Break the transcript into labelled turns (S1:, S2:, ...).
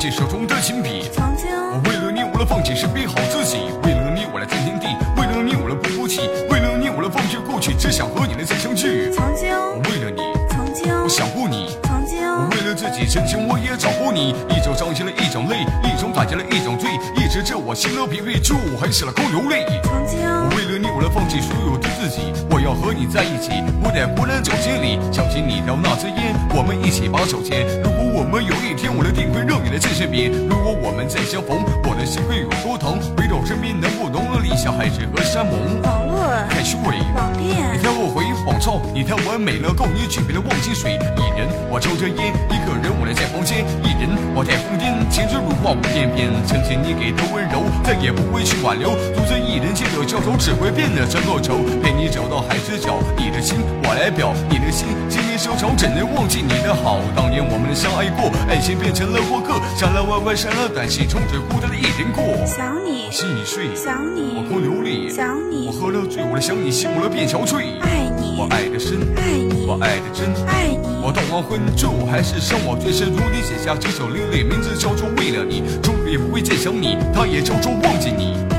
S1: 弃手中的铅笔。
S2: 曾经
S1: 我为了你，我了放弃身边好自己；为了你，我来天天地；为了你，我了不哭泣；为了你，我了放弃过去，只想和你来再相聚。
S2: 曾经
S1: 我为了你，
S2: 曾经
S1: 我想过你。
S2: 曾经
S1: 我为了自己真情，我也找过你。一种伤心了，一种泪；一种打击了，一种醉。一直这我心乐疲惫，就还是了空流泪。
S2: 曾经
S1: 我为了你，我来放弃所有的自己。我要和你在一起，我在无人酒精里，小心你叼那支烟，我们一起把手牵。如果我们有一天，我一定会让你来见身边。如果我们再相逢，我的心会有多疼？回到身边，能不能让理想海誓和山盟？
S2: 网络
S1: 太虚伪。
S2: 网
S1: 你
S2: 恋
S1: 太我回广告，你太完美了，够你举杯了忘情水。一人我抽着烟，一个人我赖在房间，一人我在疯癫，青春如画舞翩翩。曾经你给的温柔，再也不会去挽留。独自一人借着浇愁，只会变得成个愁。陪你走到海之角，你的心我来表，你的心今年收愁，怎能忘记你的好？当年我们相爱过，爱情变成了过客，删了 YY，删了短信，冲着孤单的一人过。
S2: 想你
S1: 心已碎，
S2: 想你
S1: 我空流泪，
S2: 想你
S1: 我喝了醉，我的想你，心我了变憔悴。
S2: 爱你
S1: 我爱的深，
S2: 爱你
S1: 我爱的真。
S2: 爱你
S1: 我到黄昏，醉我还是伤我最深。如今写下这首另类，名字叫做为了你，终于不会再想你，他也叫做忘记你。